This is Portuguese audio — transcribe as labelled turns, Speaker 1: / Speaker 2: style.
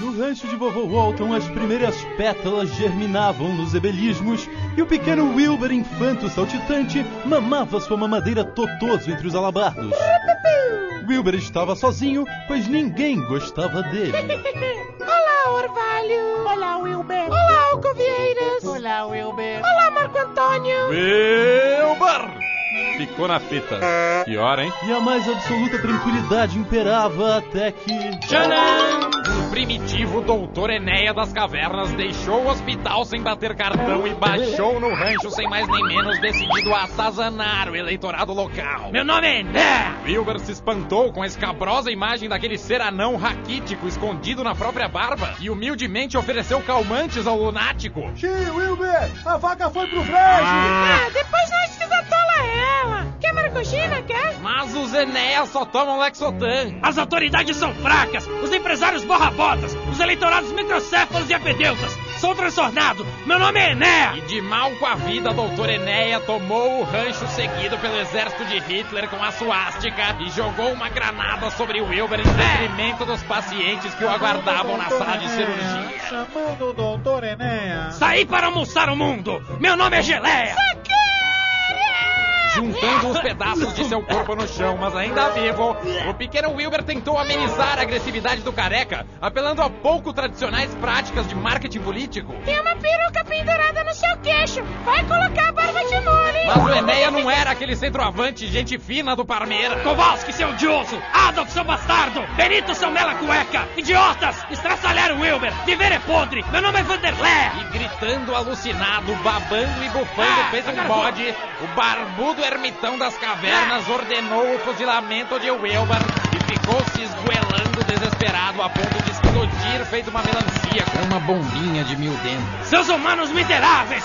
Speaker 1: No rancho de vovô Walton, as primeiras pétalas germinavam nos ebelismos e o pequeno Wilbur Infanto saltitante mamava sua mamadeira totoso entre os alabardos. Wilbur estava sozinho, pois ninguém gostava dele.
Speaker 2: Olá, Orvalho! Olá, Wilber! Olá, Alco Vieiras! Olá, Wilber! Olá, Marco Antônio!
Speaker 3: Wilbur! Ficou na fita. Pior, hein?
Speaker 1: E a mais absoluta tranquilidade imperava até que.
Speaker 4: Tcharam! O primitivo doutor Enéia das Cavernas deixou o hospital sem bater cartão e baixou no rancho sem mais nem menos decidido a atazanar o eleitorado local. Meu nome é Enéia! Wilber se espantou com a escabrosa imagem daquele ser anão raquítico escondido na própria barba e humildemente ofereceu calmantes ao lunático.
Speaker 5: Tio Wilber, a vaca foi pro brejo!
Speaker 2: Ah, depois nós desatola ela! Quer marcochina, quer?
Speaker 4: Mas os Enéas só tomam Lexotan. As autoridades são fracas, os empresários borrabotas, os eleitorados microcéfalos e apedeutas. Sou transtornado, meu nome é Enéa! E de mal com a vida, doutor Enéia tomou o rancho seguido pelo exército de Hitler com a suástica e jogou uma granada sobre Wilber em detrimento dos pacientes que o aguardavam na sala de cirurgia.
Speaker 5: Chamando o doutor Enéa.
Speaker 4: Saí para almoçar o mundo! Meu nome é Geleia!
Speaker 2: Ah,
Speaker 4: Juntando os pedaços de seu corpo no chão, mas ainda vivo, o pequeno Wilber tentou amenizar a agressividade do careca, apelando a pouco tradicionais práticas de marketing político.
Speaker 2: Tem uma peruca pendurada no seu queixo! Vai colocar a barba de molho, hein?
Speaker 4: Mas o Enéia não é era aquele centroavante gente fina do Parmeira. Kowalski, seu idioso! Adolf, seu bastardo! Benito, seu mela cueca! Idiotas! Estraçalharam Wilber! Viver é podre! Meu nome é Vanderlé! E gritando alucinado, babando e bufando,
Speaker 2: Ah,
Speaker 4: fez um
Speaker 2: agora
Speaker 4: bode. O barbudo ermitão das cavernas ordenou o fuzilamento de Wilber e ficou se esgoelando desesperado a ponto de explodir feito uma melancia com uma bombinha de mil dentes. Seus humanos miseráveis!